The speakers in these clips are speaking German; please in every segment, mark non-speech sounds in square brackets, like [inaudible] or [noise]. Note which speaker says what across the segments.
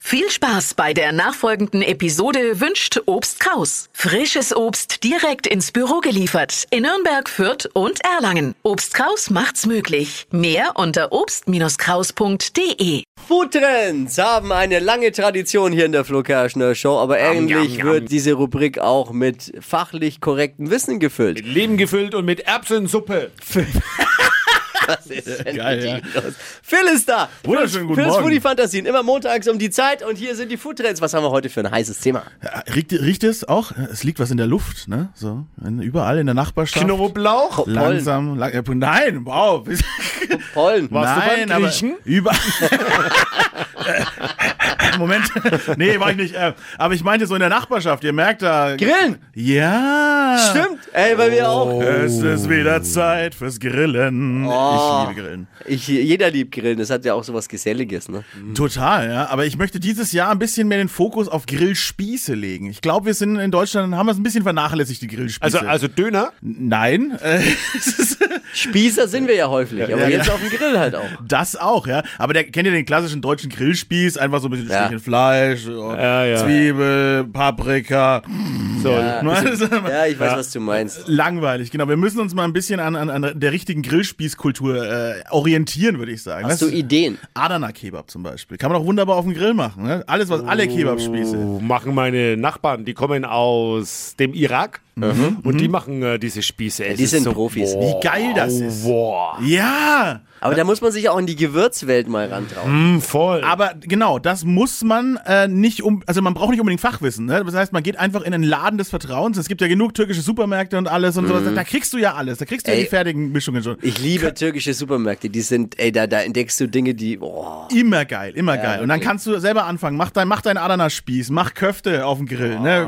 Speaker 1: Viel Spaß bei der nachfolgenden Episode wünscht Obst Kraus. Frisches Obst direkt ins Büro geliefert in Nürnberg, Fürth und Erlangen. Obst Kraus macht's möglich. Mehr unter obst-kraus.de.
Speaker 2: Foodtrends haben eine lange Tradition hier in der Flo Kerschner Show, aber ähnlich
Speaker 3: jam, jam.
Speaker 2: wird diese Rubrik auch mit fachlich korrektem Wissen gefüllt.
Speaker 3: Mit Leben gefüllt und mit Erbsensuppe.
Speaker 2: Was ist denn
Speaker 3: Geil,
Speaker 2: mit
Speaker 3: ja.
Speaker 2: Ihnen los? [laughs] Phil ist da.
Speaker 3: Wunderschönen guten
Speaker 2: Phil's
Speaker 3: Morgen.
Speaker 2: Foodie Fantasien, immer montags um die Zeit und hier sind die Foodtrends. Was haben wir heute für ein heißes Thema?
Speaker 4: Ja, Äh, Riecht, riecht es auch? Es liegt was in der Luft, ne? So, in- überall in der Nachbarschaft.
Speaker 3: Knoblauch.
Speaker 2: Pollen.
Speaker 4: Langsam, lang, ja, nein, wow. [laughs]
Speaker 2: Pollen.
Speaker 3: Warst du beim
Speaker 4: nein, aber
Speaker 3: Griechen?
Speaker 4: über. [laughs] Moment, nee, war ich nicht. äh, Aber ich meinte so in der Nachbarschaft. Ihr merkt da.
Speaker 2: Grillen.
Speaker 4: Ja.
Speaker 2: Stimmt. Ey, bei mir auch.
Speaker 4: Es ist wieder Zeit fürs Grillen.
Speaker 2: Oh.
Speaker 4: Ich liebe Grillen.
Speaker 2: Ich, jeder liebt Grillen, das hat ja auch sowas Geselliges, ne?
Speaker 4: Total, ja. Aber ich möchte dieses Jahr ein bisschen mehr den Fokus auf Grillspieße legen. Ich glaube, wir sind in Deutschland, haben wir es ein bisschen vernachlässigt, die
Speaker 3: Also,
Speaker 4: Grillspieße.
Speaker 3: also Döner.
Speaker 4: Nein, äh, es ist-
Speaker 2: Spießer sind wir ja häufig, aber
Speaker 4: ja.
Speaker 2: jetzt auf dem Grill halt auch.
Speaker 4: das auch, ja. Aber der, kennt ihr den klassischen deutschen Grillspieß? Einfach so ein bisschen
Speaker 2: Ja.
Speaker 4: Stückchen Fleisch, oh,
Speaker 3: Ja, ja.
Speaker 4: Zwiebel, Paprika.
Speaker 3: So.
Speaker 4: [laughs]
Speaker 2: Ja, ich weiß, was du meinst.
Speaker 4: Langweilig, genau. Wir müssen uns mal ein bisschen an, an, an der richtigen Grillspießkultur äh, orientieren, würde ich sagen.
Speaker 2: Hast du Ideen?
Speaker 4: Adana-Kebab zum Beispiel. Kann man auch wunderbar auf dem Grill machen. Ne? Alles, was alle Kebabspieße.
Speaker 3: Oh, Machen meine Nachbarn, die kommen aus dem Irak und die machen äh, diese Spieße. Es
Speaker 2: Mhm. die
Speaker 3: ist
Speaker 2: sind
Speaker 3: so, Oh,
Speaker 2: Profis.
Speaker 4: Wie geil das ist.
Speaker 2: Oh.
Speaker 3: Boah.
Speaker 4: Ja!
Speaker 2: Aber da muss man sich auch in die Gewürzwelt mal rantrauen.
Speaker 3: Mm, voll.
Speaker 4: Aber genau, das muss man äh, nicht um, also man braucht nicht unbedingt Fachwissen. Ne? Das heißt, man geht einfach in einen Laden des Vertrauens. Es gibt ja genug türkische Supermärkte und alles und sowas. Da kriegst du ja alles. Da kriegst du
Speaker 2: Ey.
Speaker 4: ja die fertigen Mischungen schon.
Speaker 2: Ich liebe türkische Supermärkte, die sind, ey, da, da entdeckst du Dinge, die, boah.
Speaker 4: Immer geil, immer geil. Und dann
Speaker 2: wirklich.
Speaker 4: kannst du selber anfangen. Mach dein, mach dein Adana-Spieß, mach Köfte auf dem Grill. Ne?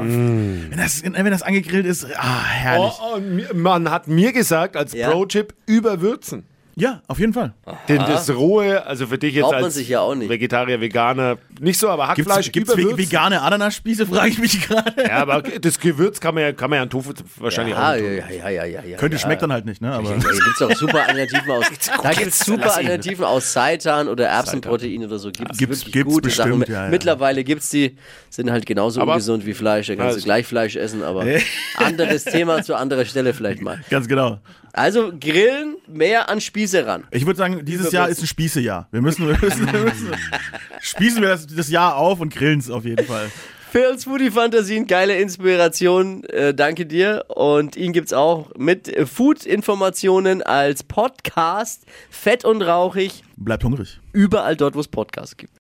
Speaker 4: Wenn, das, wenn das angegrillt ist, ah,
Speaker 3: oh,
Speaker 4: herrlich.
Speaker 3: oh, mir- man hat mir gesagt, als
Speaker 2: Ja.
Speaker 3: Pro-Chip überwürzen.
Speaker 4: Ja, auf jeden Fall.
Speaker 3: Denn das rohe, also für dich jetzt
Speaker 2: Traut man
Speaker 3: als
Speaker 2: sich ja auch nicht.
Speaker 3: Vegetarier, Veganer, nicht so, aber
Speaker 4: Gibt's,
Speaker 3: Hackfleisch
Speaker 4: gibt's ve-
Speaker 3: überwürzen.
Speaker 4: vegane Adana-Spieße, frage ich mich gerade.
Speaker 3: Ja, aber das Gewürz kann man ja, kann man ja an Tofu wahrscheinlich
Speaker 2: Ja,
Speaker 3: auch tun.
Speaker 2: ja, ja, ja, ja, ja.
Speaker 4: Könnte
Speaker 2: ja.
Speaker 4: schmeckt dann halt nicht, ne? Aber
Speaker 2: Da gibt's auch super Alternativen aus. Da gibt's super Alternativen aus Seitan oder Erbsenprotein oder so. Gibt's,
Speaker 4: Gibt's-
Speaker 2: wirklich
Speaker 4: gibt's
Speaker 2: gute
Speaker 4: bestimmt,
Speaker 2: Sachen.
Speaker 4: ja, ja.
Speaker 2: Mittlerweile gibt's die, sind halt genauso
Speaker 3: Aber-
Speaker 2: ungesund wie Fleisch. Da kannst du
Speaker 3: Also-
Speaker 2: gleich Fleisch essen, aber anderes Thema zu anderer Stelle vielleicht mal.
Speaker 4: ganz genau.
Speaker 2: Also grillen, mehr an Spieße ran.
Speaker 4: Ich würde sagen, dieses Jahr ist ein Spießejahr. Wir müssen, [laughs] wir müssen, wir müssen spießen wir das, das Jahr auf und grillen es auf jeden Fall.
Speaker 2: Phil's Foodie Fantasien, geile Inspiration, äh, danke dir. Und ihn gibt's auch mit äh, Food-Informationen als Podcast, fett und rauchig,
Speaker 4: Bleibt hungrig.
Speaker 2: überall dort, wo es Podcasts gibt.